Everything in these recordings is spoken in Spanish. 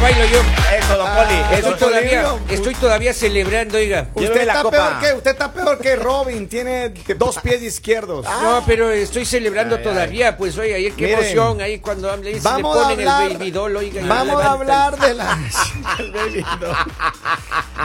bailo yo. Eso, don Poli. Ah, estoy, don todavía, Polibio. estoy todavía celebrando, oiga. Pues Usted Llévele la está copa. peor que, usted está peor que Robin, tiene dos pies izquierdos. No, pero estoy celebrando todavía, pues oye, ayer qué Ah. Miren. emoción, ahí cuando hablan, se le Vamos a ponen hablar- el baby doll, oiga. y Vamos a levantan. hablar de las al baby doll.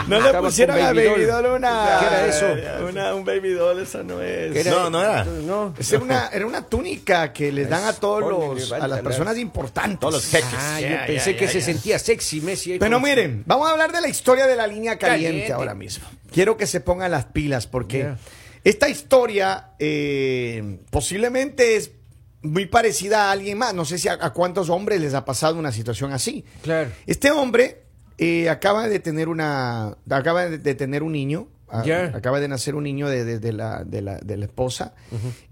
No le Estaba con pusieron a baby Baby doll. Doll una. ¿Qué era eso? Una, un Baby Doll, esa no ¿Qué es. era? No, no era. No. Es una, era una túnica que les dan a todos Ponle, los, a las levántala. personas importantes. Todos los jeques. Ah, Ya, ya, yo pensé ya, que ya. se sentía sexy Messi. ahí Bueno, con- miren, vamos a hablar de la historia de la línea caliente, Caliente. ahora mismo. Quiero que se pongan las pilas porque Ya. esta historia eh, posiblemente es muy parecida a alguien más. No sé si a, a cuántos hombres les ha pasado una situación así. Claro. Este hombre eh, acaba de tener una, acaba de, de tener un niño. a- Ya. Acaba de nacer un niño de, de- de la, de, la, de la esposa.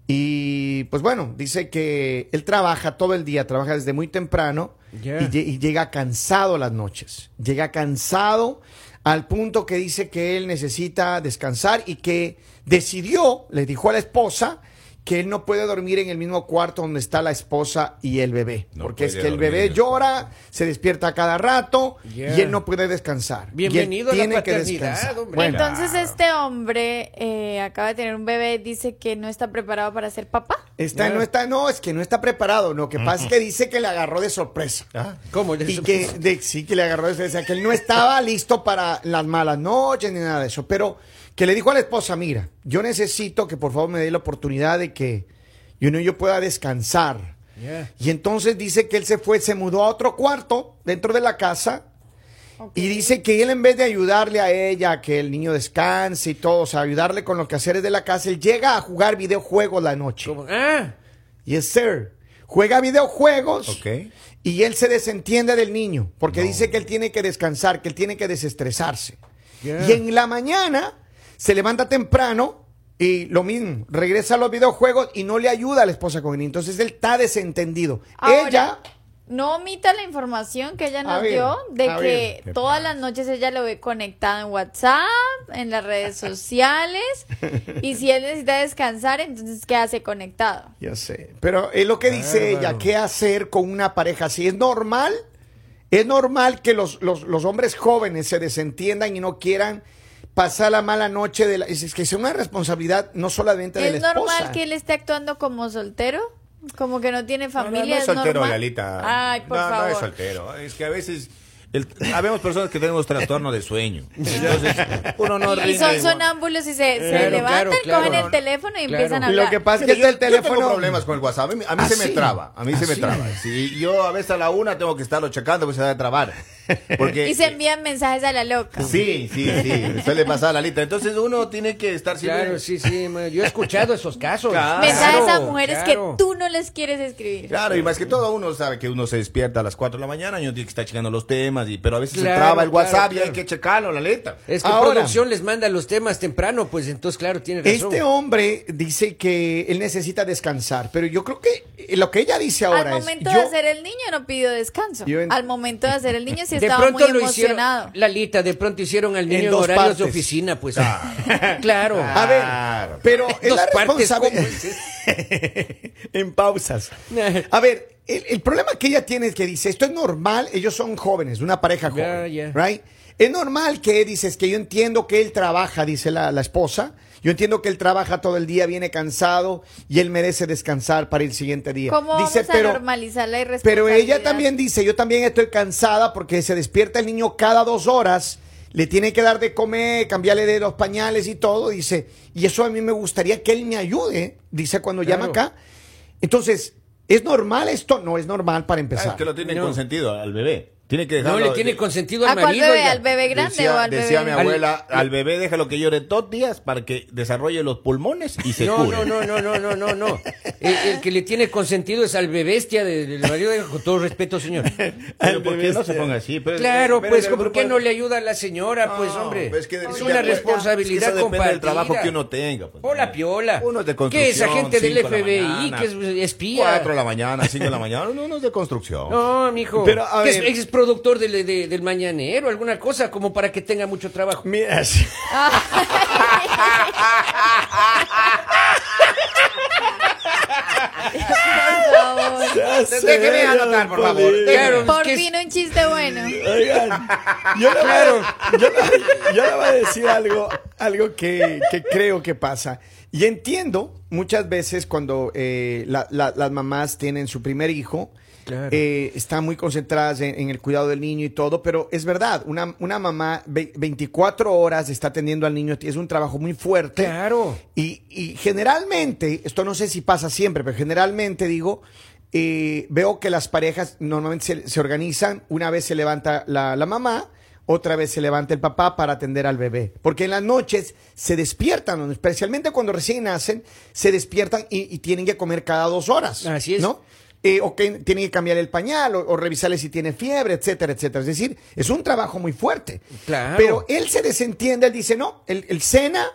Y pues bueno, dice que él trabaja todo el día, trabaja desde muy temprano Ya. y, lle- y llega cansado las noches. Llega cansado al punto que dice que él necesita descansar y que decidió, le dijo a la esposa, que él no puede dormir en el mismo cuarto donde está la esposa y el bebé. No porque es puede que el dormir bebé en el llora, se despierta a cada rato Yeah. y él no puede descansar. Y él Bienvenido a la tiene que paternidad, descansar. hombre. Bueno, Entonces este hombre eh, acaba de tener un bebé, dice que no está preparado para ser papá. está, Yeah. no está, no, es que no está preparado. Lo que pasa es que dice que le agarró de sorpresa. Ah. ¿Cómo? Y que de- sí, que le agarró eso. O sea, que él no estaba listo para las malas noches ni nada de eso. Pero que le dijo a la esposa, mira, yo necesito que por favor me dé la oportunidad de que you know, yo pueda descansar. Ya. Y entonces dice que él se fue, se mudó a otro cuarto dentro de la casa. Y dice que él en vez de ayudarle a ella, a que el niño descanse y todo, o sea, ayudarle con los quehaceres de la casa, él llega a jugar videojuegos la noche. Como- Ah, Yes, sir. Juega videojuegos. Ok. Y él se desentiende del niño, porque dice que él tiene que descansar, que él tiene que desestresarse. Yeah. Y en la mañana se levanta temprano y lo mismo, regresa a los videojuegos y no le ayuda a la esposa con el niño. Entonces él está desentendido. Ahora, Ella, No omita la información que ella A nos ver, dio de a que ver. todas las noches ella lo ve conectado en WhatsApp, en las redes sociales, y si él necesita descansar, entonces ¿qué hace conectado? ya sé, pero es lo que dice Bárbaro. ella, ¿qué hacer con una pareja así? ¿Es normal? ¿Es normal que los, los- los hombres jóvenes se desentiendan y no quieran pasar la mala noche? De la, es es que es una responsabilidad no solamente de la ¿Es esposa. normal que él esté actuando como soltero? Como que no tiene No, no, familia. no es soltero, normal? Lalita. Ay, por no, favor. no es soltero. Es que a veces el- habemos personas que tenemos trastorno de sueño. Entonces, uno no y rinde. son sonámbulos y se, se Claro, levantan, claro, claro. cogen el teléfono y Claro. empiezan a Lo hablar. que pasa es que Mira, está yo, el yo tengo teléfono. problemas con el WhatsApp. A mí, a mí ¿Ah, se me sí? traba. A mí se ¿Ah, me sí? traba. Si yo a veces a la una tengo que estarlo checando, pues se va a trabar. Porque, Y se envían mensajes a la loca. Sí, sí, sí. Suele pasar a la lista. Entonces uno tiene que estar siempre. claro, sí, sí. ma- Yo he escuchado esos casos. Claro. mensajes a Claro, mujeres claro. que tú no les quieres escribir. Claro, y más que todo uno sabe que uno se despierta a las 4 de la mañana y uno tiene que estar checando los temas, y, pero a veces se Claro, traba el claro, WhatsApp y claro. hay que checarlo, la letra. Es que Ahora. producción les manda los temas temprano, pues entonces, claro, tiene razón. Este hombre dice que él necesita descansar, pero yo creo que lo que ella dice Al ahora momento es de yo- hacer el niño no pidió descanso. Yo en- Al momento de hacer el niño sí de estaba muy pronto lo hicieron, emocionado. Lalita, de pronto hicieron al niño En en, dos horarios de partes. oficina, pues. Claro. Claro. Ah. a ver, Claro. pero es Dos la partes, ¿cómo responsabilidad es eso? en pausas. A ver, el, el problema que ella tiene es que dice, esto es normal, ellos son jóvenes, una pareja joven, Ya, ya. right? Es normal que dices que yo entiendo que él trabaja, dice la, la esposa. Yo entiendo que él trabaja todo el día, viene cansado y él merece descansar para el siguiente día. ¿Cómo dice, vamos a normalizar la irresponsabilidad? Pero ella también dice, yo también estoy cansada porque se despierta el niño cada dos horas, le tiene que dar de comer, cambiarle de los pañales y todo, dice, y eso a mí me gustaría que él me ayude, dice cuando llama Claro. acá. Entonces, ¿es normal esto? No es normal para Ah, empezar. es que lo tiene No. consentido al bebé. Tiene que No dejarlo. le tiene de- consentido ¿A al cuál marido. bebé? oiga. ¿Al bebé grande decía, o al bebé? decía mi Al- abuela, al, bebé déjalo que llore dos días para que desarrolle los pulmones y se No, cure. no, no, no, no, no, no, no. El, el que le tiene consentido es al bebestia de- del marido, oiga, con todo respeto, señor. Pero ¿por qué no se ponga así? Pero- Claro, pero pues, el ¿por grupo- qué no le ayuda a la señora, pues, No, hombre? pues, que- es sí, una ya, pues, responsabilidad es que eso depende compartida. del trabajo que uno tenga. pues. Hola, piola. Uno es de ¿Qué construcción. es agente del cinco de la FBI? mañana, ¿Qué es espía? Cuatro de la mañana, cinco de la mañana. Uno, uno es de construcción. No, mijo. Pero, a Que es- ver. es, productor del, de- del mañanero, alguna cosa, como para que tenga mucho trabajo. Mira, Por favor. favor. Déjeme anotar, por favor. Claro, Por es que es- fin un chiste bueno. Oigan, yo le, voy a, yo, le- yo le voy a decir algo, algo que, que creo que pasa. Y entiendo muchas veces cuando eh, la- la- las mamás tienen su primer hijo, Claro. eh, están muy concentradas en, en el cuidado del niño y todo, pero es verdad, una, una mamá ve- 24 horas está atendiendo al niño, es un trabajo muy fuerte. Claro. Y, y generalmente, esto no sé si pasa siempre, pero generalmente digo, eh, veo que las parejas normalmente se, se organizan, una vez se levanta la, la mamá, otra vez se levanta el papá para atender al bebé. Porque en las noches se despiertan, especialmente cuando recién nacen, se despiertan y, y tienen que comer cada dos horas. Así es. ¿No? Eh, o que tienen que cambiar el pañal o, o revisarle si tiene fiebre, etcétera, etcétera. Es decir, es un trabajo muy fuerte. Claro. Pero él se desentiende, él dice, no, él, él cena,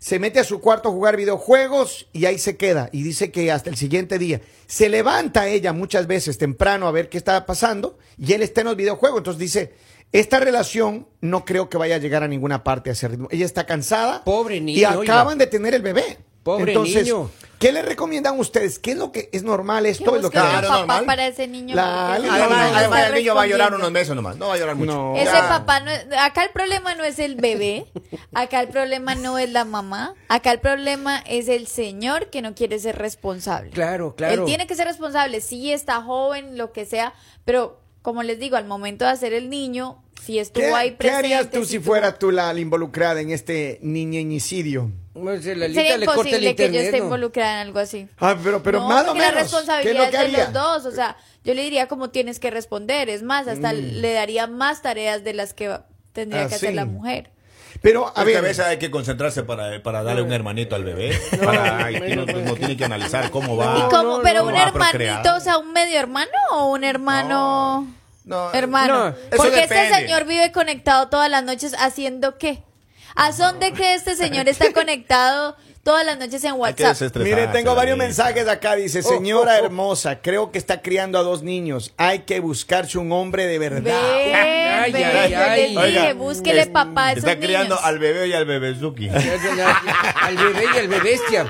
se mete a su cuarto a jugar videojuegos y ahí se queda. Y dice que hasta el siguiente día. Se levanta ella muchas veces temprano a ver qué está pasando y él está en los videojuegos. Entonces dice, esta relación no creo que vaya a llegar a ninguna parte a ese ritmo. Ella está cansada. Pobre Y niño, acaban oiga. de tener el bebé. Pobre Entonces, niño. ¿Qué le recomiendan ustedes? ¿Qué es lo que es normal Que esto? Es lo que busquen busquen un Claro, papá normal. para ese niño. La- porque la- ese Además, papá además, el niño va a llorar respondiendo. unos meses nomás. No va a llorar mucho. No. Ese Ya. papá no, acá el problema no es el bebé, acá el problema no es la mamá, acá el problema es el señor que no quiere ser responsable. Claro, claro. Él tiene que ser responsable, sí está joven, lo que sea, pero como les digo, al momento de hacer el niño, si estuvo ¿Qué, ahí qué presente. harías tú si tuvo- fueras tú la, la involucrada en este niñeñicidio? Pues, la Lita Sería le corta el imposible que yo internet, esté ¿no? involucrada en algo así. Ah, pero, pero No, más o porque menos. La ¿qué responsabilidad es lo que es de haría? los dos. O sea, yo le diría como tienes que responder. Es más, hasta le daría más tareas de las que va- tendría Mm. Ah, que hacer sí. la mujer. Pero, a Es que a ver, veces hay que concentrarse para, para darle un hermanito al bebé. No, para, y no, tiene- no, uno tiene que analizar cómo va. ¿Y cómo? Ah, no, ¿Pero no. un Va a hermanito, procrear. o sea, un medio hermano o un hermano? No, no, hermano. eso Porque este depende. señor vive conectado todas las noches haciendo qué? ¿A son de que este señor está conectado todas las noches en Hay que WhatsApp? desestresarse, mire, tengo varios David. mensajes acá. Dice, señora hermosa, creo que está criando a dos niños. Hay que buscarse un hombre de Ve, verdad. Ay, ve, ay, yo les ay. dije, Oiga, búsquele papá a esos Está criando niños. al bebé y al bebezuki. Al bebé y al bebestia.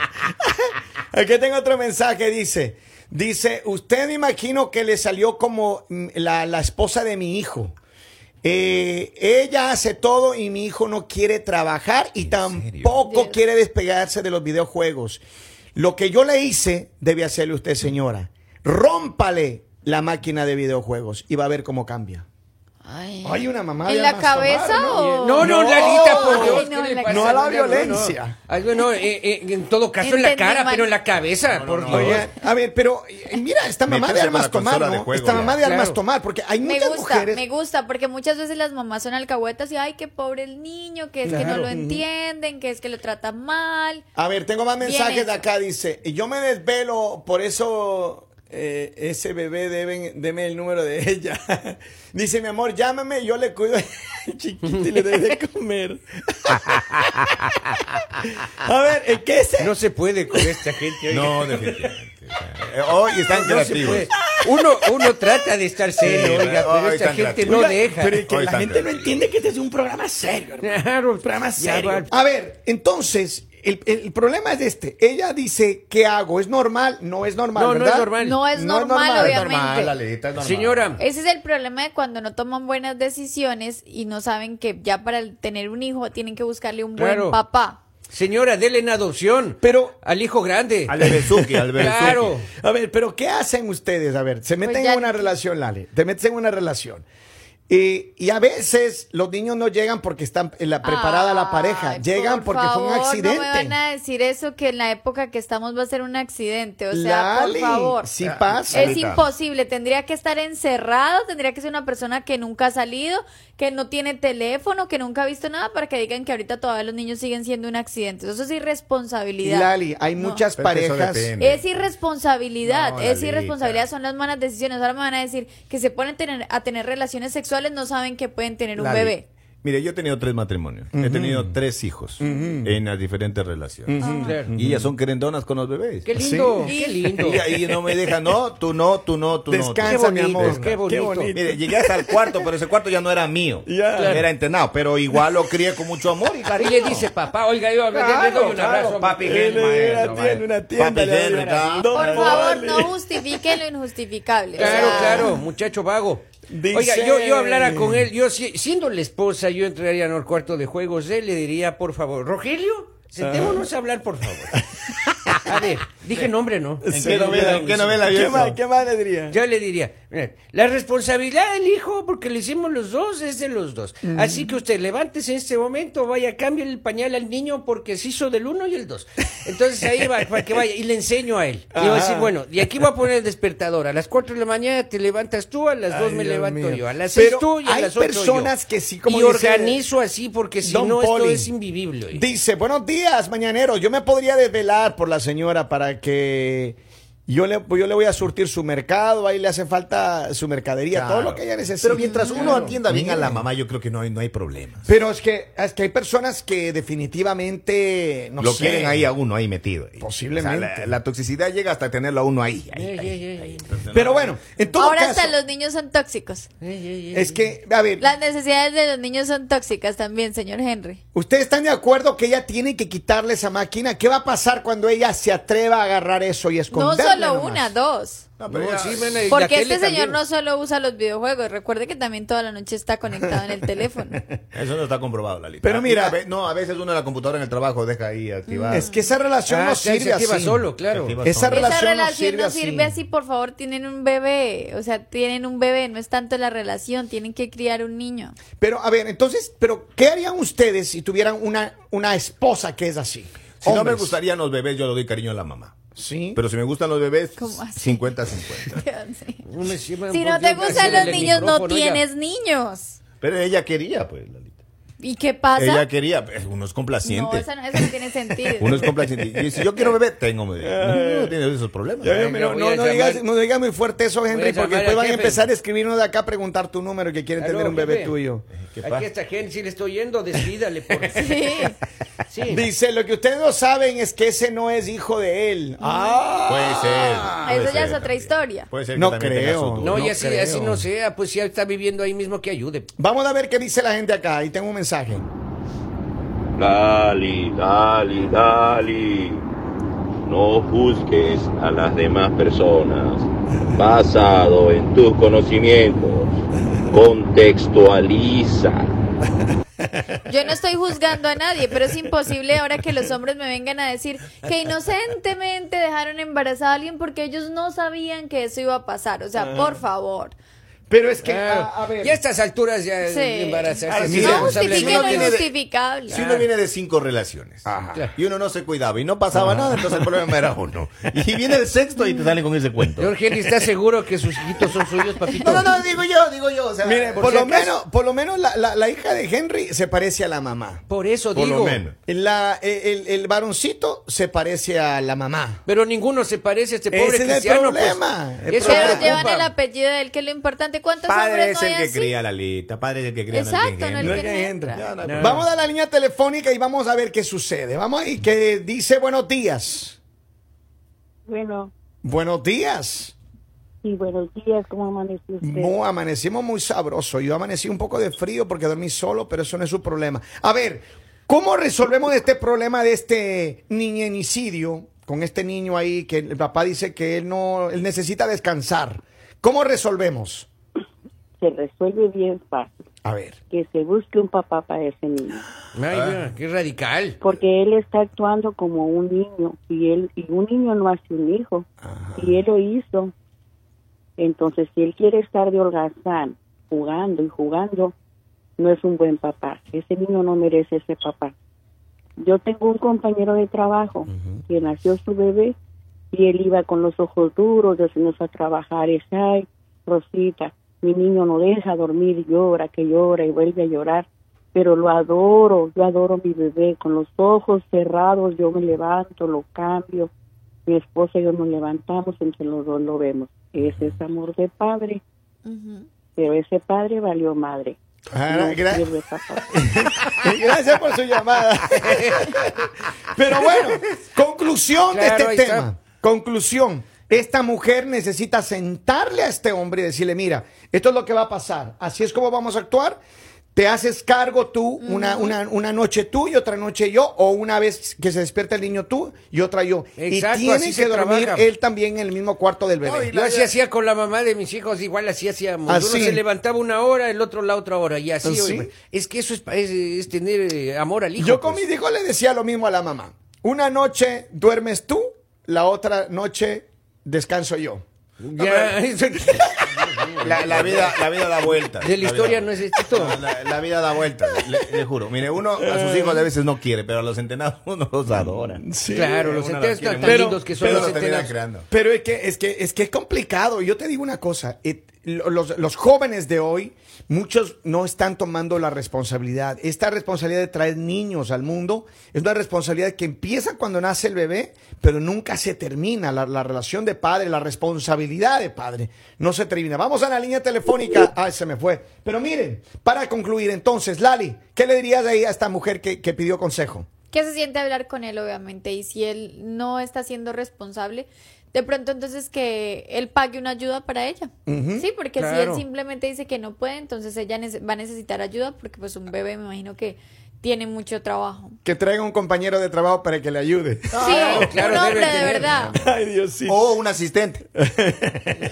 Aquí tengo otro mensaje, dice. Dice, usted me imagino que le salió como mm, la, la esposa de mi hijo. Eh, ella hace todo y mi hijo no quiere trabajar y tampoco Dios. quiere despegarse de los videojuegos. Lo que yo le hice, debe hacerle usted, señora. Rómpale la máquina de videojuegos y va a ver cómo cambia. Ay. Hay una mamá ¿En de la más tomar, cabeza o...? No, no, Lalita, por Ay, Dios. no, ¿qué le la- pasa? No a la No, no, no. violencia. Ay, bueno, eh, eh, en todo caso en la Entendí cara, mal. pero en la cabeza, por no, Dios. Oye, a ver, pero eh, mira, esta mamá de Meterse con la armas tomar, consola de ¿no? juego, esta ya. mamá de armas Claro. tomar, porque hay Me muchas gusta, mujeres. me gusta, porque muchas veces las mamás son alcahuetas y, ay, qué pobre el niño, que es que no Claro. lo entienden, que es que lo tratan mal. A ver, tengo más Bien mensajes hecho. de acá. Dice, yo me desvelo, por eso eh, ese bebé deben, deme el número de ella. Dice, mi amor, llámame, yo le cuido al chiquito y le doy de comer. A ver, eh, ¿qué es? No se puede con esta gente. oiga. No, definitivamente. Eh, Hoy están No se creativos. puede. Uno, uno trata de estar serio, Sí, oiga, pero ay, esta tan gente creativo. no Oiga, deja. pero es que Hoy la están gente no creativos. entiende que este es un programa serio. hermano. Claro, Un programa ya serio. va. A ver, entonces, el, el problema es este. Ella dice, ¿qué hago? ¿Es normal? No es normal, No, no es ¿verdad? normal. No es No es normal, normal, obviamente. Lalita, es normal. Señora, Ese es el problema de cuando no toman buenas decisiones y no saben que ya para el- tener un hijo tienen que buscarle un Claro. buen papá. señora, dele en adopción. Pero- al hijo grande. Al bebezuki, al bebezuki. Claro. A ver, pero ¿qué hacen ustedes? A ver, se meten Pues ya- en una relación, Lale. Te metes en una relación. Y, y a veces los niños no llegan porque están en la, preparada la pareja. Ay, Llegan por porque fue un favor, accidente. No me van a decir eso que en la época que estamos va a ser un accidente, o sea, Lale, por favor. sí pasa. Es Ahorita. imposible, tendría que estar encerrado, tendría que ser una persona que nunca ha salido, que no tiene teléfono, que nunca ha visto nada para que digan que ahorita todavía los niños siguen siendo un accidente. Eso es irresponsabilidad. Lali, hay No. muchas Pero es que eso parejas. depende. Es irresponsabilidad, No, es Lalita. irresponsabilidad, son las malas decisiones. Ahora me van a decir que se ponen tener- a tener relaciones sexuales, no saben que pueden tener un Lali, bebé. Mire, yo he tenido tres matrimonios. He tenido tres hijos en las diferentes relaciones. Claro. Y ellas son querendonas con los bebés. Qué lindo, Sí. qué lindo. Mm. Y ahí no me deja, no, tú no, tú no, tú no. tú no. Qué Descansa, mi bonito, amor. qué bonito. Mire, llegué hasta el cuarto, pero ese cuarto ya no era mío. Ya. Claro. Era entrenado, pero igual lo crié con mucho amor y Y cariño. le dice, papá, oiga, yo le doy un abrazo. claro, papi Él Henry, le dio una tienda, maestro, maestro. una tienda. Papi le dio Henry, una- ¿está? Don Por favor, Poli. no justifiquen lo injustificable. o Claro, sea, claro, muchacho vago. Dice- Oiga, yo, yo hablara con él, yo si- siendo la esposa, yo entraría en el cuarto de juegos, él le diría, por favor, Rogelio, sentémonos a hablar, por favor. A ver, dije nombre, ¿no? ¿En Sí, qué novela, mira, en qué novela vio ¿Qué eso? más, ¿Qué más le diría? Yo le diría, mira, la responsabilidad del hijo, porque le hicimos los dos, es de los dos. Mm. Así que usted levántese en este momento, vaya, cambie el pañal al niño porque se hizo del uno y el dos. Entonces ahí va, para que vaya, y le enseño a él. Y va a decir, bueno, y aquí voy a poner el despertador. A las cuatro de la mañana te levantas tú, a las dos Ay, me Dios levanto mío. yo, a las Pero seis tú y a hay las ocho personas yo. que sí, como y dice- organizo así porque si Don no esto Poli. es invivible. oye. Dice, buenos días, mañanero. Yo me podría desvelar por la señora para que yo le, yo le voy a surtir su mercado, ahí le hace falta su mercadería, todo lo que ella necesita. Pero mientras uno Claro. atienda bien a la mamá, yo creo que no hay, no hay problemas. Pero es que, es que hay personas que definitivamente no lo sé. quieren ahí a uno, ahí metido. Posiblemente. O sea, la, la toxicidad llega hasta tenerlo a uno ahí. ahí, Ey, ahí, ey, ahí. ey. Entonces, Pero no, bueno, en todo Ahora caso, hasta los niños son tóxicos. Ey, ey, ey. es que, a ver, Las necesidades de los niños son tóxicas también, señor Henry. ¿ustedes están de acuerdo que ella tiene que quitarle esa máquina? ¿Qué va a pasar cuando ella se atreva a agarrar eso y No esconderlo? solo una, dos. no, pero No, ya- sí, mena, y la Porque tele este señor también. no solo usa los videojuegos, recuerde que también toda la noche está conectado en el teléfono. Eso no está comprobado, Lalita. Pero Ah, mira- a ve- no, a veces uno en la computadora en el trabajo deja ahí activado. Es que esa relación Ah, no se- se sirve activa así. solo, claro. Se activa Esa solo. Esa relación, no relación sirve, no sirve así, por favor, tienen un bebé, o sea, tienen un bebé, no es tanto la relación, tienen que criar un niño. Pero, a ver, entonces, pero ¿qué harían ustedes si tuvieran una, una esposa que es así? Si no me Hombres. gustarían los bebés, yo le doy cariño a la mamá. Sí. Pero si me gustan los bebés, ¿Cómo así? 50-50. No me sirvan, Si por no te Dios, gustan los acércale el niños, no micrófono, ya. tienes niños. Pero ella quería, pues, Lalita. ¿Y qué pasa? Ella quería, pues, uno es No, complaciente. eso no, eso no tiene sentido. Uno es complaciente. Y si yo quiero bebé, tengo Eh. bebé. No, no tienes esos problemas. Ya veo, Venga, Pero voy no, a no llamar- digas, no digas muy fuerte eso, Henry, Voy a porque llamar después al van a jefe. empezar a escribirnos de acá a preguntar tu número que quieren Aló, tener un bebé jefe. tuyo. ¿Qué Aquí pasa? esta gente, si le estoy yendo, despídale, por Sí. Sí. Dice, lo que ustedes no saben es que ese no es hijo de Mm. él. Ah, Puede ser. puede Eso ya es ser otra historia. Puede ser que No también tenga su creo. duda. No, No y así, creo. así no sea, pues si está viviendo ahí mismo que ayude. Vamos a ver qué dice la gente acá. Ahí tengo un mensaje. Dali, dali, dali. No juzgues a las demás personas basado en tus conocimientos. Contextualiza. Yo no estoy juzgando a nadie, pero es imposible ahora que los hombres me vengan a decir que inocentemente dejaron embarazada a alguien porque ellos no sabían que eso iba a pasar. O sea, por favor. Pero es que, ah, Claro. a, a ver. Y a estas alturas ya Ah, Sí. embarazarse. Ah, es mira, No irresponsable. justifique, justifiquen uno lo tiene de- injustificable. Si uno viene de cinco relaciones Claro. y uno no se cuidaba y no pasaba nada, entonces el problema era uno. Y viene el sexto y te salen con ese cuento. George Henry, ¿estás seguro que sus hijitos son suyos, papito? No, no, no, digo yo, digo yo. O sea, Mire, por, si lo acaso- menos, por lo menos la, la- la hija de Henry se parece a la mamá. Por eso Por digo. lo menos. La, el, el varoncito se parece a la mamá. Pero ninguno se parece a este Ese pobre es el cristiano. pues. problema. El Eso Pero preocupa. llevan el apellido de él, que es lo importante. ¿Cuántos padre hombres es no hay el que así? cría la lita, padre es el que cría ¿eh? Exacto, no la el es que que no entra. entra. No. Vamos a la línea telefónica y vamos a ver qué sucede. Vamos ahí, que dice buenos días. Bueno, Buenos días. y buenos días, ¿cómo amaneció usted? Mu- amanecimos muy sabroso. Yo amanecí un poco de frío porque dormí solo, pero eso no es su problema. A ver, ¿cómo resolvemos este problema de este niñenicidio con este niño ahí que el papá dice que él no, él necesita descansar? ¿Cómo resolvemos? Se resuelve bien fácil, A ver. que se busque un papá para ese niño, Ah. Ay, mira, qué radical. porque él está actuando como un niño y él y un niño no hace un hijo y él lo hizo. Entonces, si él quiere estar de holgazán, jugando y jugando, no es un buen papá. Ese niño no merece ese papá. Yo tengo un compañero de trabajo que nació su bebé y él iba con los ojos duros, decimos a trabajar, es, ay, Rosita, mi niño no deja dormir, llora, que llora y vuelve a llorar, pero lo adoro, yo adoro a mi bebé, con los ojos cerrados yo me levanto, lo cambio, mi esposa y yo nos levantamos, entre los dos lo vemos. Ese es amor de padre, Ujú. pero ese padre valió madre. Ah, No gra- sirve, papá. Gracias por su llamada. Pero bueno, conclusión Claro, de ahí este está. tema. Conclusión. Esta mujer necesita sentarle a este hombre y decirle, mira, esto es lo que va a pasar. Así es como vamos a actuar. Te haces cargo tú, una, una, una noche tú y otra noche yo, o una vez que se despierta el niño tú y otra yo. Exacto, y así tienen se que dormir trabaja. él también en el mismo cuarto del bebé. Yo así hacía con la mamá de mis hijos, igual así hacíamos. Así. Uno se levantaba una hora, el otro la otra hora, y así. ¿Ah, sí? oye, Es que eso es, pa- es, es tener eh, amor al hijo. Yo con pues. mis hijos le decía lo mismo a la mamá. Una noche duermes tú, la otra noche descanso yo. Ya, eso- La, la vida, la vida da vueltas. De la historia vida- no es este, esto. No, La, la vida da vueltas, le, le juro. Mire, uno a sus hijos a veces no quiere, pero a los centenados uno los adora. claro, los Uno enteros quiere tan mucho. lindos que son Pero los lo terminan enteros. creando. Pero es que es que es que es complicado. Yo te digo una cosa, eh, lo- los, los jóvenes de hoy, muchos no están tomando la responsabilidad. Esta responsabilidad de traer niños al mundo es una responsabilidad que empieza cuando nace el bebé, pero nunca se termina. La, la relación de padre, la responsabilidad de padre, no se termina. Vamos a la línea telefónica. Ay, se me fue. Pero miren, para concluir entonces, Lali, ¿qué le dirías ahí a esta mujer que, que pidió consejo? que se siente hablar con él, obviamente, y si él no está siendo responsable, de pronto entonces que él pague una ayuda para ella. Sí, porque si él claro. simplemente dice que no puede, entonces ella nece- va a necesitar ayuda porque pues un bebé me imagino que tiene mucho trabajo. Que traiga un compañero de trabajo para que le ayude. sí, claro, un debe hombre de tener. verdad. Ay, Dios sí. O un asistente.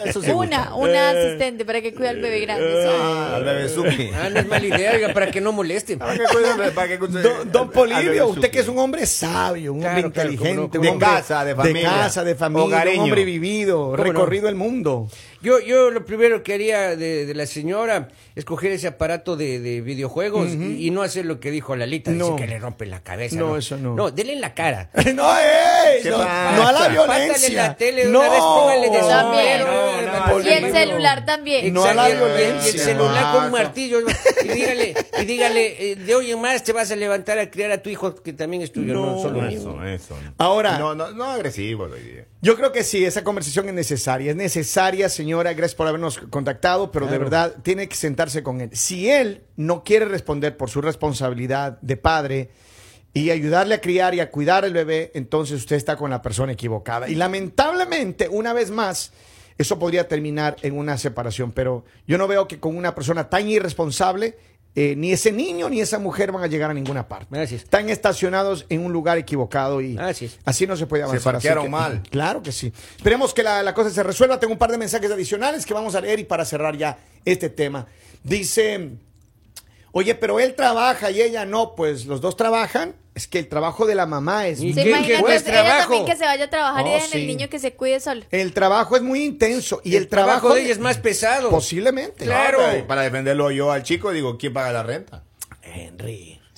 Eso sí gusta. Una, una asistente para que cuide al bebé grande. sí. Al bebé Suki. Ah, no es mala idea, oiga, para que no molesten. Para que cuide- para que cuide- Don, al- don al bebé Polibio, Suki. usted que es un hombre sabio, un Claro, hombre claro, cómo no, inteligente, cómo un no. hombre De casa, de familia. casa, de familia, Hogareño. un hombre vivido, no. recorrido el mundo. Yo, yo lo primero que haría de, de la señora es coger ese aparato de, de videojuegos y, y no hacer lo que dijo Lalita, No. dice que le rompe la cabeza. No, eso no. No, dele en la cara. no, ey, ¿Qué no, pasa? no a la Pásale violencia. la tele de no, una vez, póngale de También. sombrero, Y el Polibio. celular también. No a la Exacto, y el- y el- Y violencia. el celular Ah, con martillo. Y dígale, y dígale, eh, de hoy en más te vas a levantar a criar a tu hijo que también es tuyo, no, No. solo mío. Eso, eso. Ahora- No, no, no agresivo. hoy día. Yo creo que sí, esa conversación es necesaria. Es necesaria, señora. Gracias por habernos contactado, pero de verdad tiene que sentarse con él. Si él no quiere responder por su responsabilidad de padre y ayudarle a criar y a cuidar al bebé, entonces usted está con la persona equivocada. Y lamentablemente, una vez más, eso podría terminar en una separación. Pero yo no veo que con una persona tan irresponsable, eh, ni ese niño ni esa mujer van a llegar a ninguna parte. Así es. Están estacionados en un lugar equivocado y Así es. así no se puede avanzar. así parquearon que- mal. Claro que sí. Esperemos que la, la cosa se resuelva. Tengo un par de mensajes adicionales que vamos a leer y para cerrar ya este tema. Dice, oye, pero él trabaja y ella no, pues los dos trabajan. Es que el trabajo de la mamá es... Y- Se ¿Quién imagina quedó que el ella trabajo? también que se vaya a trabajar y Oh, dejen sí. el niño que se cuide solo. El trabajo es muy intenso y el, trabajo, de ella es más pesado. Posiblemente. Claro. Para, para defenderlo yo al chico, digo, ¿quién paga la renta?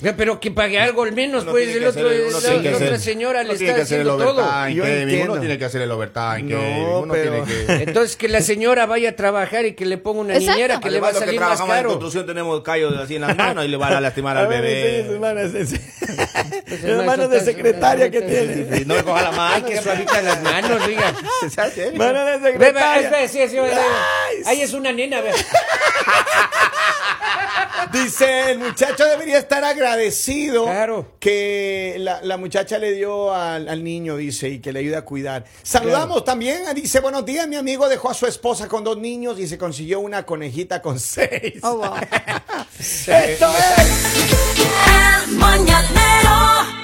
Ya, Pero que pague algo al menos, Uno pues tiene el que otro, hacer- uno la- tiene que la otra hacer- señora uno le tiene está que hacer el haciendo todo. overtime, Yo que entiendo. Uno tiene que hacer el overtime, que No, uno pero- tiene que... Entonces que la señora vaya a trabajar y que le ponga una Exacto. niñera que le va a Además, los salir más trabajamos en caro. Ah, construcción tenemos callos así en las manos y le van a lastimar al A ver, ustedes, bebé. hermanas, es- Esas hermanas manos de tan- secretaria que Sí, tiene. Y no le coja la Ay, mano. que suavita las manos, diga. Hermanas de Ve, ve, secretaria. ve, sí, sí, ve, ve. Ahí es una nena, ve. Dice, el muchacho debería estar agradecido Claro. que la, la muchacha le dio al, al niño, dice, y que le ayuda a cuidar. Saludamos también, dice, buenos días, mi amigo dejó a su esposa con dos niños y se consiguió una conejita con seis. Oh, wow. Esto es... El mañanero.